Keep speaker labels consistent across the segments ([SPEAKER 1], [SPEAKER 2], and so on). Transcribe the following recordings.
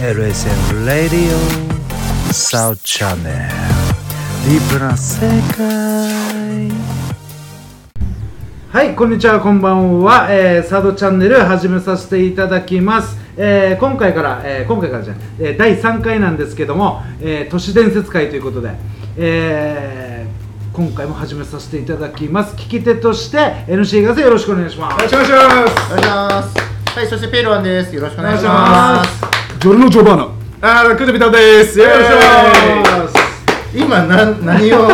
[SPEAKER 1] LSM Radio サウチャンネルディープな世界
[SPEAKER 2] はい、こんにちは、こんばんは、えーサードチャンネル始めさせていただきます。えー今回から、えー今回からじゃない、えー第3回なんですけども、えー都市伝説会ということで、えー今回も始めさせていただきます。聞き手として NC ガセよろしくお願いします。
[SPEAKER 3] お願いしま
[SPEAKER 4] お願いします。はい、そしてペルワンです。よろしくお願いします。
[SPEAKER 3] す。ジョルノジョバーナ。ああ、クドビタです。よろしくお願いします。
[SPEAKER 4] 今なん何を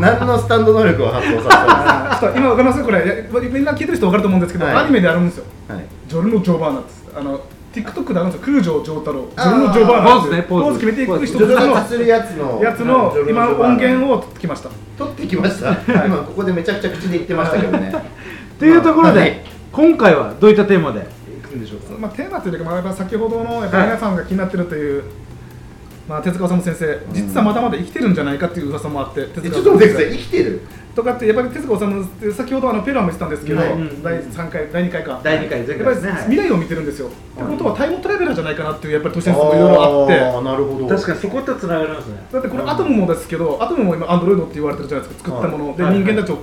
[SPEAKER 4] 何のスタンド能力を発動さ
[SPEAKER 3] あーちょっと今わかりますこれ、いやみんな聞いてる人わかると思うんですけど、
[SPEAKER 4] はい
[SPEAKER 3] アニメであるんですよ。
[SPEAKER 4] せたんです
[SPEAKER 3] ジョルノジョバーナです。あの、TikTok であるんですよ。空城城太郎。ジ
[SPEAKER 4] あー
[SPEAKER 3] ョルノジョバーナ。
[SPEAKER 2] ポーズねポ
[SPEAKER 3] ポ
[SPEAKER 2] ーズ
[SPEAKER 3] ーズ決めていく人
[SPEAKER 4] か。はい。上達
[SPEAKER 3] の
[SPEAKER 4] するやつ の
[SPEAKER 3] やつの今音源を
[SPEAKER 4] を
[SPEAKER 3] 取ってきました。
[SPEAKER 4] 取ってきました。今ここでめちゃくちゃ口で言ってましたけどね。
[SPEAKER 2] というところで、
[SPEAKER 4] まあはい
[SPEAKER 2] 今回はどういったテーマでいくんでしょうか
[SPEAKER 3] まあテーマというか、まあやっぱ先ほどのやっぱ皆さんが気になってるという。まあ、手塚治虫先生、実はまだまだ生きてるんじゃないかっていう噂もあって、手塚
[SPEAKER 4] えちょっと待っ
[SPEAKER 3] 治虫
[SPEAKER 4] てください。生きてる。
[SPEAKER 3] とかってやっぱり徹子さんの先ほどあのペラも言ってたんですけど、
[SPEAKER 4] はい
[SPEAKER 3] 第3回第2回か
[SPEAKER 2] 第二回前
[SPEAKER 3] やっ
[SPEAKER 2] 回
[SPEAKER 3] ぱり
[SPEAKER 2] ですねはい
[SPEAKER 3] 未来を見てるんですよ、ってことはタイムトラベラーじゃないかなっていうやっぱり都市伝説もいろいろあ
[SPEAKER 4] ー
[SPEAKER 3] って
[SPEAKER 4] なるほど。
[SPEAKER 2] かにそことつながりますね
[SPEAKER 3] だってこれアトムもですけどアトムも今アンドロイドって言われてるじゃないですか作ったもので、
[SPEAKER 2] はい
[SPEAKER 3] 人間たちを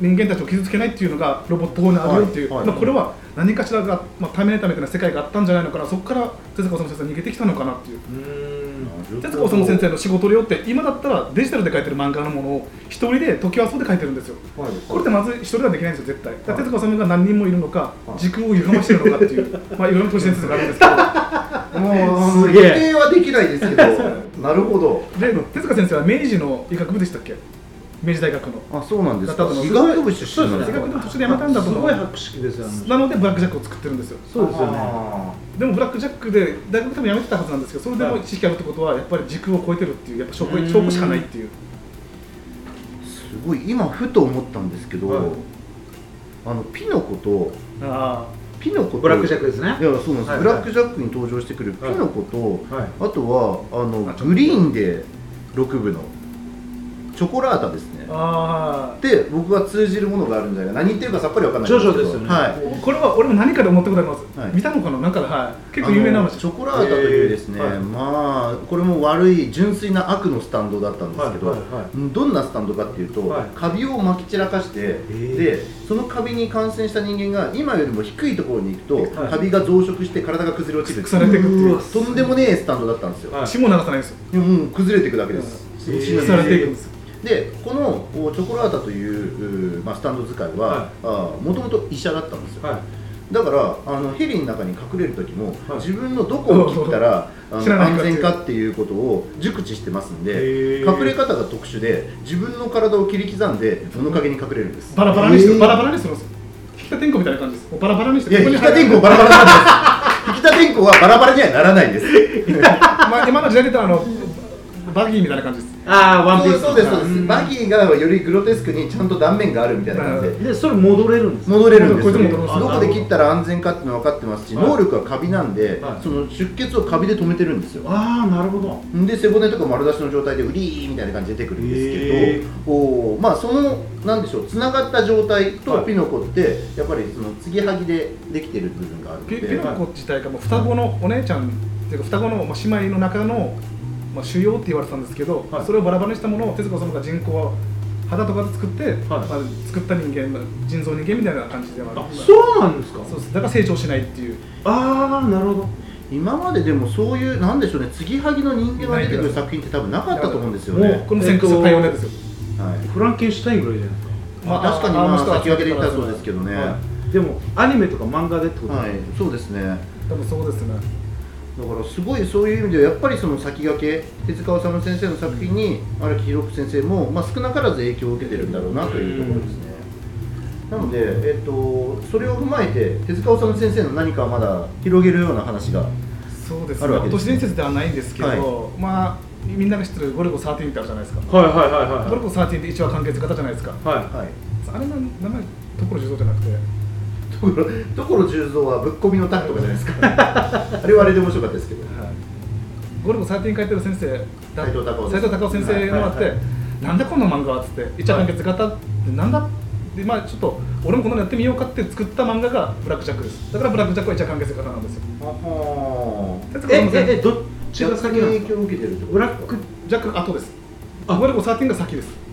[SPEAKER 3] 人間たちを傷つけないっていうのがロボット法にあるよっていう、
[SPEAKER 4] はいはい
[SPEAKER 3] まあ、これは何かしらが、まあ、ターミネーターみたいな世界があったんじゃないのかなそこから徹子さんの先生は逃げてきたのかなっていう徹子さんの先生の仕事量って今だったらデジタルで書いてる漫画のものを一人で時はそうで書いてるんですよ
[SPEAKER 4] はい。
[SPEAKER 3] これってまず一人ではできないんですよ、絶対。だから
[SPEAKER 4] はい
[SPEAKER 3] 徹子さんが何人もいるのか
[SPEAKER 4] は、い
[SPEAKER 3] 時空を歪ましてるのかっていう、まあ、いろいろ都市伝説があるんですけ
[SPEAKER 4] もう
[SPEAKER 2] す
[SPEAKER 4] 否
[SPEAKER 2] げえ
[SPEAKER 4] 定はできな いですけど。なるほど。
[SPEAKER 3] ど、で、徹子先生は明治の医学部でしたっけ、明治大学の。
[SPEAKER 4] あそうなんですか
[SPEAKER 3] だっ。たと
[SPEAKER 4] 医
[SPEAKER 3] 思う
[SPEAKER 4] 学部出身なんで
[SPEAKER 3] 医
[SPEAKER 4] すか
[SPEAKER 3] 学。部の途中でやめたんだと
[SPEAKER 2] す
[SPEAKER 3] 思。
[SPEAKER 2] ごいう博識ですよあの人
[SPEAKER 3] なので、ブラックジャックを作ってるんですよ。
[SPEAKER 2] そうですよね
[SPEAKER 4] あ
[SPEAKER 3] でも、ブラックジャックで、大学多分やめてたはずなんですけど、それでも知識あるってことは、やっぱり時空を超えてるっていう、やっぱ証拠
[SPEAKER 2] うん
[SPEAKER 3] 証拠しかないっていう。
[SPEAKER 4] ーすごい今ふと思ったんですけど、
[SPEAKER 2] はい
[SPEAKER 4] あのピノコと
[SPEAKER 3] あ
[SPEAKER 4] ピノコと
[SPEAKER 2] ブラックジャックですね
[SPEAKER 4] いやそうなんです、
[SPEAKER 2] はい
[SPEAKER 4] ブラック・ジャックに登場してくるピノコと、
[SPEAKER 2] はい
[SPEAKER 4] あとはあのグリーンで6部のチョコラータですね
[SPEAKER 3] あ。ああ。
[SPEAKER 4] で僕は通じるものがあるんじゃないか何言ってるかさっぱりわかんないんけど
[SPEAKER 2] ジョジョですよね
[SPEAKER 4] はい
[SPEAKER 3] これは俺も何かで思ったことあります、
[SPEAKER 4] はい
[SPEAKER 3] 見たのかな、なんかで、はい、結構有名な
[SPEAKER 4] あの
[SPEAKER 3] 話、
[SPEAKER 4] チョコラータというですね、
[SPEAKER 2] へーはい
[SPEAKER 4] まあこれも悪い純粋な悪のスタンドだったんですけど、
[SPEAKER 2] はいはいは
[SPEAKER 4] どんなスタンドかっていうと、
[SPEAKER 2] はい
[SPEAKER 4] カビをまき散らかして
[SPEAKER 2] ー
[SPEAKER 4] でそのカビに感染した人間が今よりも低いところに行くと、
[SPEAKER 2] はい
[SPEAKER 4] カビが増殖して体が崩れ落ちるって
[SPEAKER 3] 腐れて
[SPEAKER 4] い
[SPEAKER 3] いくって
[SPEAKER 4] う
[SPEAKER 3] いう
[SPEAKER 2] わ
[SPEAKER 4] とんでもねえスタンドだったんですよ、
[SPEAKER 2] はい
[SPEAKER 3] 血も流さないんですよ、
[SPEAKER 4] でももう崩れていくだけです、
[SPEAKER 2] うんへー
[SPEAKER 3] 腐れていくんですよ。
[SPEAKER 4] でこのおチョコラータというう、まあ、スタンド使い
[SPEAKER 2] はい
[SPEAKER 4] はもともと医者だったんですよ、
[SPEAKER 2] はい
[SPEAKER 4] だからあのヘリの中に隠れる時も、
[SPEAKER 2] はい
[SPEAKER 4] 自分のどこを切ったらあ
[SPEAKER 3] 知ら
[SPEAKER 4] の
[SPEAKER 3] ないかっ
[SPEAKER 4] 安
[SPEAKER 3] ていう
[SPEAKER 4] 全かっていうことを熟知してますんで
[SPEAKER 2] へー
[SPEAKER 4] 隠れ方が特殊で自分の体を切り刻んで物陰に隠れるんです
[SPEAKER 3] バラバラにして、
[SPEAKER 4] えー
[SPEAKER 3] バラバラにするんですよ。引田天狗みたいな感じです。もうバラバラにして、
[SPEAKER 4] いや
[SPEAKER 3] ここに
[SPEAKER 4] 引田天候バラバラなんです引田天候はバラバラにはならないです
[SPEAKER 3] まあ、今の時代で言ったら、あの、バギーみたいな感じです。
[SPEAKER 2] ああワンピース
[SPEAKER 4] そうですそうですバギーがよりグロテスクにちゃんと断面があるみたいな感じで
[SPEAKER 2] でそれ戻れるんです
[SPEAKER 4] 戻れるんですよ
[SPEAKER 3] こいつも戻ります
[SPEAKER 4] どこで切ったら安全かっていうのは分かってますし、
[SPEAKER 2] はい
[SPEAKER 4] 能力はカビなんで、
[SPEAKER 2] はい
[SPEAKER 4] その出血をカビで止めてるんですよ
[SPEAKER 2] ああなるほど
[SPEAKER 4] で背骨とか丸出しの状態でウリーみたいな感じで出てくるんですけど、おーまあそのなんでしょうつながった状態
[SPEAKER 2] は
[SPEAKER 4] と
[SPEAKER 2] い
[SPEAKER 4] ピノコって、やっぱりその継ぎはぎでできてる部分があるの
[SPEAKER 3] ピ
[SPEAKER 4] で
[SPEAKER 3] ピノコ自体がもう双子のお姉ちゃんっていうか双子のまあ姉妹の中の、まあ、主要って言われてたんですけど、
[SPEAKER 2] はい
[SPEAKER 3] それをバラバラにしたものを徹子さんが人工肌とかで作って、まあ、作った人間人造人間みたいな感じではある
[SPEAKER 2] あそうなんですか
[SPEAKER 3] そうですだから成長しないっていう
[SPEAKER 2] ああなるほど
[SPEAKER 4] 今まででもそういうなんでしょうね継ぎはぎの人間が出てくる作品って多分なかったと思うんですよ
[SPEAKER 3] もう
[SPEAKER 4] ね、
[SPEAKER 3] この先駆者パイオニアですよ、
[SPEAKER 4] はい
[SPEAKER 2] フランケンシュタインぐらいじゃないですか
[SPEAKER 4] まあ、確かにま
[SPEAKER 3] の
[SPEAKER 4] あ
[SPEAKER 3] 人は
[SPEAKER 4] 先分けで言ったらそうですけどね、
[SPEAKER 3] は
[SPEAKER 2] でもアニメとか漫画でってこと
[SPEAKER 4] はい、そうですね
[SPEAKER 3] い多分そうですね
[SPEAKER 4] だからすごいそういう意味ではやっぱりその先駆け手塚治虫先生の作品に荒木宏先生も、まあ、少なからず影響を受けてるんだろうなというところですね、なので、えっと、それを踏まえて手塚治虫先生の何かまだ広げるような話が
[SPEAKER 3] そうです
[SPEAKER 4] ある
[SPEAKER 3] ね
[SPEAKER 4] わけです
[SPEAKER 3] 都市伝説ではないんですけど、
[SPEAKER 4] は
[SPEAKER 3] まあみんなが知ってるゴルゴ13ってあるじゃないですか、
[SPEAKER 2] はいはいはいはい
[SPEAKER 3] ゴルゴ13って一話完結型じゃないですか
[SPEAKER 2] は
[SPEAKER 4] はい
[SPEAKER 3] あれの名前ところ重蔵じゃなくて
[SPEAKER 4] ところところ十三はぶっ込みのタクとかじゃないですかあれはあれで面白かったですけど
[SPEAKER 3] ゴルゴ13書いてる先生だ
[SPEAKER 4] 斉藤孝夫で
[SPEAKER 3] 斉
[SPEAKER 4] す
[SPEAKER 3] 藤孝夫先生のあって、
[SPEAKER 4] はいはいは
[SPEAKER 3] なんだこの漫画はっつって一話完結型ってなんだでまあちょっと俺もこんなのやってみようかって作った漫画がブラックジャックですだからブラックジャックは一話完結型なんですよ
[SPEAKER 4] あは
[SPEAKER 3] 徹子
[SPEAKER 2] え
[SPEAKER 3] さんも
[SPEAKER 2] ええ
[SPEAKER 3] 先
[SPEAKER 2] どっちが
[SPEAKER 4] 逆
[SPEAKER 2] 先
[SPEAKER 4] に
[SPEAKER 2] なの
[SPEAKER 4] 影響を受けてるってこと
[SPEAKER 2] ブラック
[SPEAKER 3] 若干後ですあブラゴ13が先です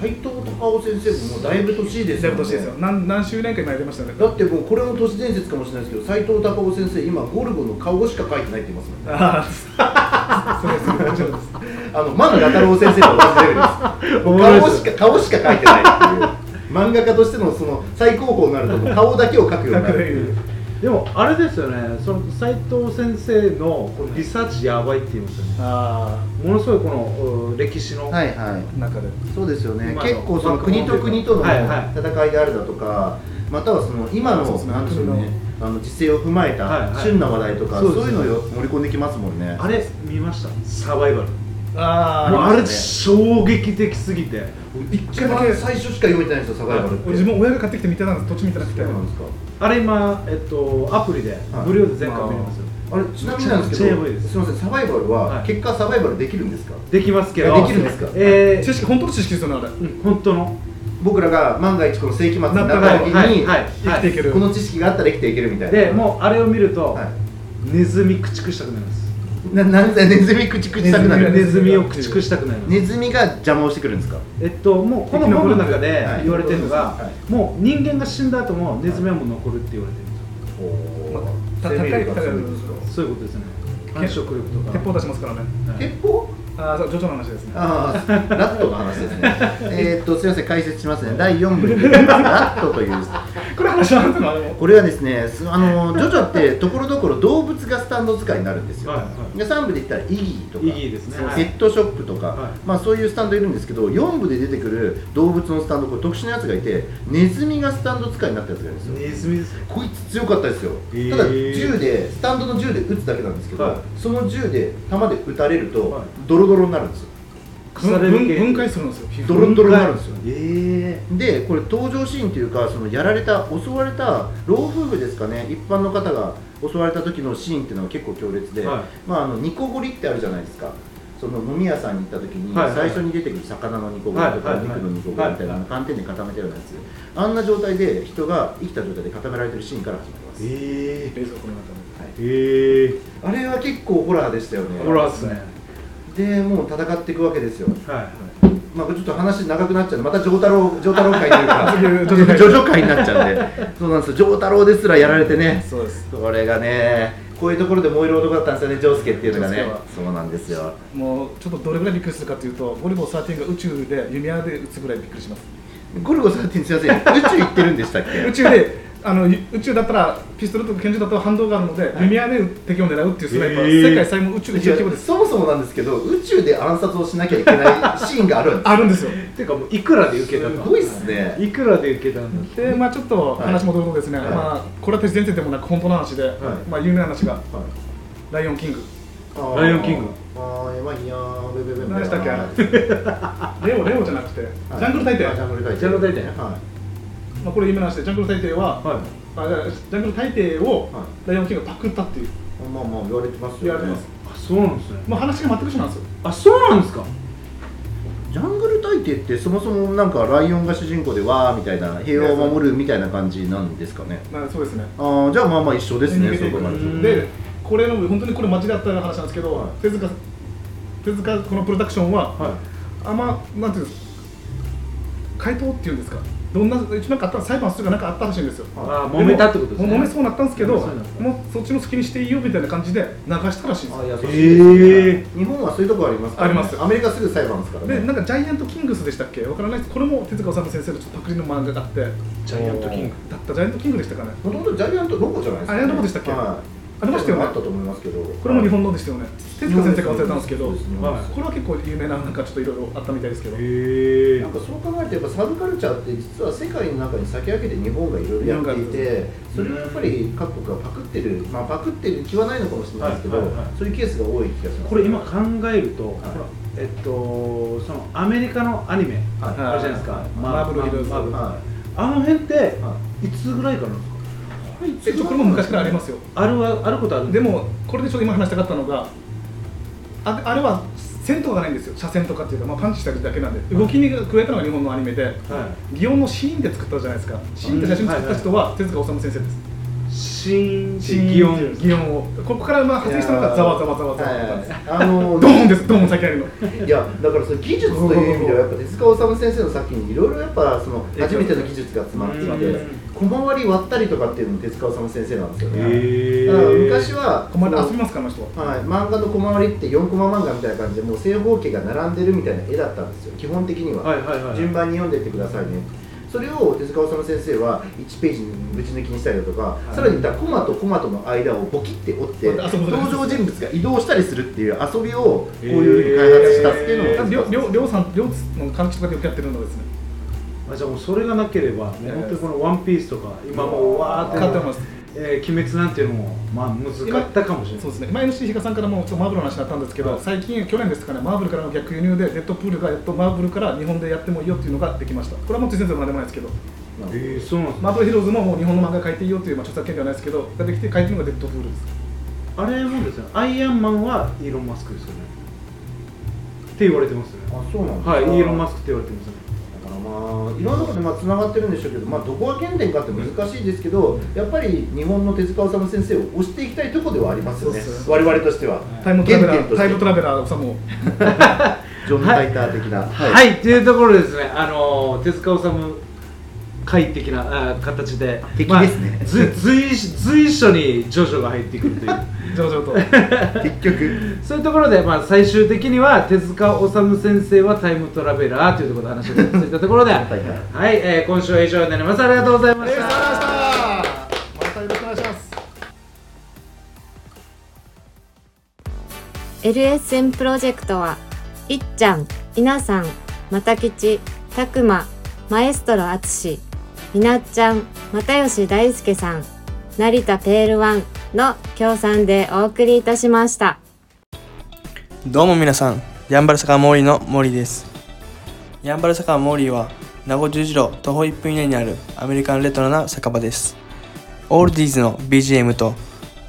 [SPEAKER 4] 斎藤隆夫先生ももうだいぶ年です
[SPEAKER 3] 全
[SPEAKER 4] よ
[SPEAKER 3] 部
[SPEAKER 4] ね
[SPEAKER 3] 年ですよ何何周年か今やりま したよね
[SPEAKER 4] だってもうこれも都市伝説かもしれないですけど斎藤隆夫先生今ゴルゴの顔しか描いてないって言いますもんね
[SPEAKER 3] ああそれそれこちらです
[SPEAKER 4] あの真野中郎先生と同じレベルですもう顔しか顔しか描いてないっていう漫画家としてのその最高峰になるともう顔だけを描くようになるっていう
[SPEAKER 2] でもあれですよねその斉藤先生のこのリサーチやばいって言いますよね
[SPEAKER 3] あ
[SPEAKER 2] ものすごいこのう歴史の、
[SPEAKER 4] はいはい
[SPEAKER 3] あ中で
[SPEAKER 4] そうですよね
[SPEAKER 2] 今の
[SPEAKER 4] 結構その国と国との
[SPEAKER 2] はいはい
[SPEAKER 4] 戦いであるだとかまたはその今の
[SPEAKER 3] そうですね
[SPEAKER 4] なんでしょうねあの時勢を踏まえ
[SPEAKER 2] はい
[SPEAKER 4] た
[SPEAKER 2] はい
[SPEAKER 4] 旬な話題とか
[SPEAKER 2] そ
[SPEAKER 4] そうう
[SPEAKER 2] です
[SPEAKER 4] いう
[SPEAKER 2] ね
[SPEAKER 4] のをよ盛り込んできますもんね
[SPEAKER 2] あれ見ましたサバイバル
[SPEAKER 3] あ
[SPEAKER 2] もう
[SPEAKER 3] あ
[SPEAKER 2] あれ
[SPEAKER 4] ね
[SPEAKER 2] 衝撃的すぎて
[SPEAKER 4] 一回だけ最初しか読めてないんですよサバイバルって
[SPEAKER 3] 自分親が買ってきて見てたんです途中見てなく
[SPEAKER 4] そう
[SPEAKER 3] て
[SPEAKER 4] なんですか
[SPEAKER 2] あれ今、えっと、アプリで
[SPEAKER 4] はい
[SPEAKER 2] 無料で全巻見れますよ、
[SPEAKER 4] あれちなみになんです
[SPEAKER 2] め
[SPEAKER 4] け
[SPEAKER 2] っちゃやばい
[SPEAKER 4] ど
[SPEAKER 2] です
[SPEAKER 4] すみませんサバイバル
[SPEAKER 2] は
[SPEAKER 4] はい結果サバイバルできるんですか
[SPEAKER 2] できますけど
[SPEAKER 4] いやできるんですか
[SPEAKER 2] え
[SPEAKER 3] 知識本当の知識ですよねあれ
[SPEAKER 2] ーうん本当の
[SPEAKER 4] 僕らが万が一この世紀末になった
[SPEAKER 3] なった
[SPEAKER 4] 時
[SPEAKER 3] 時
[SPEAKER 4] に
[SPEAKER 3] 生きていける
[SPEAKER 4] この知識があったら生きていけるみたいな
[SPEAKER 2] でもうあれを見ると、
[SPEAKER 4] は
[SPEAKER 2] ネズミ駆逐したくなります
[SPEAKER 4] いななんでネズミ駆逐したくな
[SPEAKER 3] ネ
[SPEAKER 4] る
[SPEAKER 2] ネズミを駆逐したくなります、
[SPEAKER 4] ネズミが邪魔をしてくるんですか
[SPEAKER 2] えっと、もうこの本の中で
[SPEAKER 4] はい
[SPEAKER 2] 言われてるのが、
[SPEAKER 4] は
[SPEAKER 2] もう人間が死んだ後もネズミはもう残るって言われてるんですよ
[SPEAKER 4] お
[SPEAKER 3] ま
[SPEAKER 4] お
[SPEAKER 3] た高い高い
[SPEAKER 2] そういうことですね繁殖力とか
[SPEAKER 3] 鉄砲出しますからね
[SPEAKER 2] はい
[SPEAKER 4] 鉄砲
[SPEAKER 3] ああそうジョジョの話ですね
[SPEAKER 4] ああ、ラットの話です ね。えーっと、すみません、解説しますね。第4部に出てきますラットという。
[SPEAKER 3] これ話し合うのあれも
[SPEAKER 4] これはですね、すあの、ジョジョって、ところどころ動物がスタンド使いになるんですよ。
[SPEAKER 2] はいはい
[SPEAKER 4] で、3部で言ったら、イギーとか。
[SPEAKER 2] イギーですね
[SPEAKER 4] そう
[SPEAKER 2] はい
[SPEAKER 4] ペットショップとか、
[SPEAKER 2] はい
[SPEAKER 4] まあ、そういうスタンドいるんですけど、4部で出てくる動物のスタンド、これ特殊なやつがいて、ネズミがスタンド使いになったやつがいるんですよ。
[SPEAKER 2] ネズミです
[SPEAKER 4] こいつ強かったですよ、
[SPEAKER 2] へー
[SPEAKER 4] ただ銃でスタンドの銃で撃つだけなんですけど、
[SPEAKER 2] はい
[SPEAKER 4] その銃で弾で撃たれると、
[SPEAKER 2] はい
[SPEAKER 4] ドロドロになるんですよ
[SPEAKER 2] 腐れ
[SPEAKER 3] 分
[SPEAKER 2] る系
[SPEAKER 3] 分解するんですよ皮膚
[SPEAKER 4] ドロンドロになるんですよ
[SPEAKER 2] え
[SPEAKER 4] でこれ登場シーンというかそのやられた襲われた老夫婦ですかね一般の方が襲われた時のシーンっていうのが結構強烈で、
[SPEAKER 2] はい
[SPEAKER 4] まあ、あのニコゴリってあるじゃないですかその飲み屋さんに行った時に
[SPEAKER 2] はいはい
[SPEAKER 4] 最初に出てくる魚のニコゴリと
[SPEAKER 2] はい
[SPEAKER 4] か
[SPEAKER 2] は
[SPEAKER 4] お
[SPEAKER 2] いはい
[SPEAKER 4] 肉のニコゴリみたい
[SPEAKER 2] は
[SPEAKER 4] ない
[SPEAKER 2] はい
[SPEAKER 4] 寒天で固めたようなやつあんな状態で人が生きた状態で固められてるシーンから始まります、
[SPEAKER 2] え
[SPEAKER 3] 冷蔵庫の中に
[SPEAKER 2] ええ
[SPEAKER 4] あれは結構ホラーでしたよね
[SPEAKER 2] ホラーっすね
[SPEAKER 4] でもう戦っていくわけですよ
[SPEAKER 2] はい
[SPEAKER 4] まあ、ちょっと話長くなっちゃうんでまた丈太郎丈太郎会とい うか
[SPEAKER 3] 次
[SPEAKER 4] ジョジョ会になっちゃうんでそうなんですよ丈太郎ですらやられてね
[SPEAKER 3] そうです
[SPEAKER 4] これがねこういうところで燃える男だったんですよね丈介っていうのがね
[SPEAKER 3] 丈介は
[SPEAKER 4] そうなんですよ
[SPEAKER 3] もうちょっとどれぐらいびっくりするかというとゴリゴ13が宇宙で弓矢で撃つぐらいびっくりします
[SPEAKER 4] ゴルゴ13すいません宇宙行ってるんでした っ
[SPEAKER 3] 宇
[SPEAKER 4] け
[SPEAKER 3] 宙であのゆ宇宙だったらピストルとか拳銃だと反動があるので、弓矢で敵を狙うっていうスナイパー、
[SPEAKER 2] へー
[SPEAKER 3] 世界最も宇宙で
[SPEAKER 4] い
[SPEAKER 3] 一
[SPEAKER 4] や
[SPEAKER 3] 規模です
[SPEAKER 4] そもそもなんですけど宇宙で暗殺をしなきゃいけないシーンがあるんで
[SPEAKER 3] あるんですよ
[SPEAKER 2] ていうかもういくらで受けた
[SPEAKER 4] す
[SPEAKER 2] の
[SPEAKER 4] すごいっすね
[SPEAKER 2] いくらで受けたんだ
[SPEAKER 3] でまあちょっと
[SPEAKER 4] はい
[SPEAKER 3] 話戻るとですね、
[SPEAKER 4] はい
[SPEAKER 3] まあこれは全然でもなく本当の話で、
[SPEAKER 4] い
[SPEAKER 3] まあ有名な話が「ライオンキング
[SPEAKER 2] ライオンキング
[SPEAKER 4] あーえまあいやーブブブブ
[SPEAKER 3] 何でしたっけあ
[SPEAKER 4] はい
[SPEAKER 3] レオレオじゃなくて、ジャングル大帝
[SPEAKER 4] あジャングル大帝
[SPEAKER 2] ジャングル大帝
[SPEAKER 4] は
[SPEAKER 3] まあこれ有名な話でジャングル大帝は、
[SPEAKER 2] はい
[SPEAKER 3] あじゃあジャングル大帝を
[SPEAKER 4] は
[SPEAKER 3] ライオンキングがパクったっていう
[SPEAKER 4] いまあまあ言われてます
[SPEAKER 3] 言わ
[SPEAKER 4] よ
[SPEAKER 3] れて
[SPEAKER 4] ね
[SPEAKER 3] ます、
[SPEAKER 2] あそうなんですね
[SPEAKER 3] まあ話が全く一緒なんですよ
[SPEAKER 2] あそうなんですか
[SPEAKER 4] ジャングル大帝ってそもそもなんかライオンが主人公でわーみたいな平和を守るみたいな感じなんですかね
[SPEAKER 3] まあそうですね
[SPEAKER 4] あーじゃあまあまあ一緒です
[SPEAKER 3] 逃
[SPEAKER 4] ね
[SPEAKER 3] げて
[SPEAKER 4] そ
[SPEAKER 3] いく
[SPEAKER 4] こまで
[SPEAKER 2] うん
[SPEAKER 3] でこれの本当にこれ間違った話なんですけど、
[SPEAKER 4] はい
[SPEAKER 3] 手塚手塚このプロダクションは、
[SPEAKER 2] は
[SPEAKER 3] あんまなんていうんです回答っていうんですかどんな一なんかあった裁判するかなんかあったらしいんですよ
[SPEAKER 2] あー揉めたってことですね
[SPEAKER 3] もう揉めそうになったんですけど
[SPEAKER 2] 揉めそうになった
[SPEAKER 3] もうそっちの好きにしていいよみたいな感じで流したらしいんです
[SPEAKER 4] あ
[SPEAKER 3] よ
[SPEAKER 4] 優しい
[SPEAKER 2] へ
[SPEAKER 4] ですね日本はそういうとこありますから、
[SPEAKER 3] あります
[SPEAKER 4] アメリカすぐ裁判ですから
[SPEAKER 3] で
[SPEAKER 4] ね
[SPEAKER 3] なんかジャイアントキングスでしたっけわからないですこれも手塚治虫先生のちょっとパクリの漫画があってだ
[SPEAKER 2] ジャイアントキング
[SPEAKER 3] ったジャイアントキングでしたかね
[SPEAKER 4] もともとジャイアントロボじゃないですか、
[SPEAKER 3] あジャイアントロボでしたっけ
[SPEAKER 4] はい、
[SPEAKER 3] ありましたよね
[SPEAKER 4] あったと思いますけど
[SPEAKER 3] これも日本のですよね手塚先生が忘れたんですけど
[SPEAKER 4] そうですね
[SPEAKER 2] はい
[SPEAKER 3] これは結構有名ななんかちょっといろいろあったみたいですけど
[SPEAKER 2] へえ
[SPEAKER 4] なんかそう考えるとやっぱサブカルチャーって実は世界の中に先駆けて日本がいろいろやっていてそれをやっぱり各国がパクってるまあパクってる気はないのかもしれないですけど、
[SPEAKER 2] はいはいはい
[SPEAKER 4] そういうケースが多い気がします
[SPEAKER 2] これ今考えると、
[SPEAKER 4] い
[SPEAKER 2] ほらえっとそのアメリカのアニメ、
[SPEAKER 4] はい
[SPEAKER 2] あるじゃないですか、
[SPEAKER 4] はい
[SPEAKER 2] マ
[SPEAKER 3] マーブルヒルズ
[SPEAKER 2] マーブル
[SPEAKER 4] は
[SPEAKER 2] あの辺って、、
[SPEAKER 4] はい
[SPEAKER 2] つぐらいからなんですか
[SPEAKER 3] えっとこれも昔からありますよ
[SPEAKER 2] あるはあることあるん
[SPEAKER 3] です
[SPEAKER 2] か
[SPEAKER 3] もこれでちょっと今話したかったのがああれは線とかがないんですよ車線とかっていうか、まあ、パンチしただけなんで動きに加えたのが日本のアニメで
[SPEAKER 2] は
[SPEAKER 3] 祇園のシーンで作ったじゃないですかシーンって写真作った人は手塚治虫先生です
[SPEAKER 2] い、シシーンって
[SPEAKER 3] 擬
[SPEAKER 2] 擬音
[SPEAKER 3] 音擬音をここからまあ発生したのがざわざわざわざわざわ
[SPEAKER 4] はいあの
[SPEAKER 3] ドーンですドーン先あるの
[SPEAKER 4] いやだからその技術という意味ではやっぱ手塚治虫先生の作品にいろいろやっぱその初めての技術が詰まっていて小回り割ったりとかっていうのも手塚治虫先生なんですよねだから昔は
[SPEAKER 3] こまで遊びますからあの人は
[SPEAKER 4] はい、漫画の小回りって4コマ漫画みたいな感じでもう正方形が並んでるみたいな絵だったんですよ基本的には、
[SPEAKER 2] はいはいはい
[SPEAKER 4] 順番に読んでいってくださいねそれを手塚治虫先生は1ページにぶち抜きにしたりだとか、さらに言ったらコマとコマとの間をボキって折って
[SPEAKER 3] あそういう
[SPEAKER 4] 登
[SPEAKER 3] ことです
[SPEAKER 4] 場人物が移動したりするっていう遊びをこういうふうに開発したっていうのも
[SPEAKER 3] りょりょりょうさんりょうの監督とかでよくやってるのですね
[SPEAKER 2] あじゃあもうそれがなければ、ね、
[SPEAKER 3] えー
[SPEAKER 2] 本当にこの「ワンピースとか今もうわー
[SPEAKER 3] 買って
[SPEAKER 2] って
[SPEAKER 3] ます
[SPEAKER 2] えー、鬼滅なんていうのもまあ難かったかもしれない
[SPEAKER 3] そうですね前のシヒカさんからもちょっとマーブルの話になったんですけど、
[SPEAKER 2] はい
[SPEAKER 3] 最近去年ですかねマーブルからの逆輸入でデッドプールがやっとマーブルから日本でやってもいいよっていうのができましたこれはもっと先生も何でもないですけど
[SPEAKER 2] えー、そうなんですね
[SPEAKER 3] マーブルヒローズももう日本の漫画書いていいよという、まあ、著作権ではないですけどができて書いてるのがデッドプールです
[SPEAKER 2] あれもですねアイアンマンはイーロン・マスクですよねって言われてますね
[SPEAKER 4] あそうなんですか
[SPEAKER 2] はいイーロン・マスクって言われてますね
[SPEAKER 4] だからまあいろんなことでまあつながってるんでしょうけど、まあ、どこが原点かって難しいですけど、やっぱり日本の手塚治虫先生を推していきたいところではありますよね
[SPEAKER 3] そうそう
[SPEAKER 4] 我々としては、
[SPEAKER 3] タイムトラベラ
[SPEAKER 4] 原点と
[SPEAKER 3] ー
[SPEAKER 4] して
[SPEAKER 3] タイムトラベラーさんも
[SPEAKER 4] ジョン・ライター的な、
[SPEAKER 2] はい、っていうところでですね、あのー手塚治虫会的なあー形で、
[SPEAKER 4] 敵ですね
[SPEAKER 2] まあず随随所にジョジョが入ってくるという、
[SPEAKER 3] ジョジョと
[SPEAKER 4] 結局
[SPEAKER 2] そういうところで、まあ、最終的には手塚治虫先生はタイムトラベラーというところで話がついたところで、はい
[SPEAKER 4] はい
[SPEAKER 2] えー今週は以上になります。ありがとうございま
[SPEAKER 3] あり
[SPEAKER 2] し。
[SPEAKER 3] がとうございましたまたよろしくお願いします
[SPEAKER 5] LSM プロジェクトは、いっちゃん、いなさん、またきち、たくま、マエストロあつし、みなっちゃん、又吉大輔さん、成田ペールワンの協賛でお送りいたしました。
[SPEAKER 6] どうも皆さん、ヤンバル坂モーリーのモーリーです。ヤンバル坂モーリーは、名護十字路徒歩1分以内にあるアメリカンレトロな酒場です。オールディーズの BGM と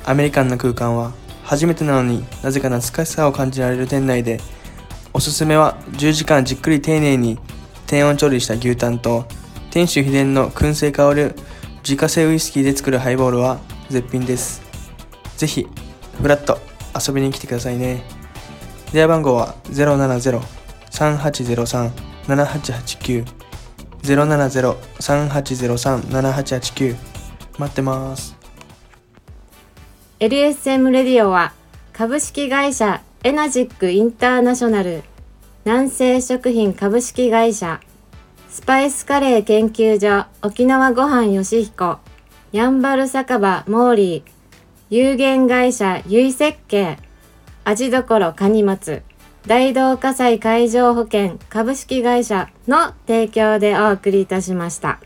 [SPEAKER 6] アメリカンな空間は、初めてなのになぜか懐かしさを感じられる店内で、おすすめは10時間じっくり丁寧に低温調理した牛タンと、店主秘伝の燻製香る自家製ウイスキーで作るハイボールは絶品です。ぜひ、フラッと遊びに来てくださいね。電話番号は070-3803-7889 070-3803-7889待ってます。
[SPEAKER 5] LSM レディオは株式会社エナジックインターナショナル南西食品株式会社スパイスカレー研究所沖縄ごはんよしひこやんばる酒場モーリー有限会社ゆい設計味どころかにまつ大道火災海上保険株式会社の提供でお送りいたしました。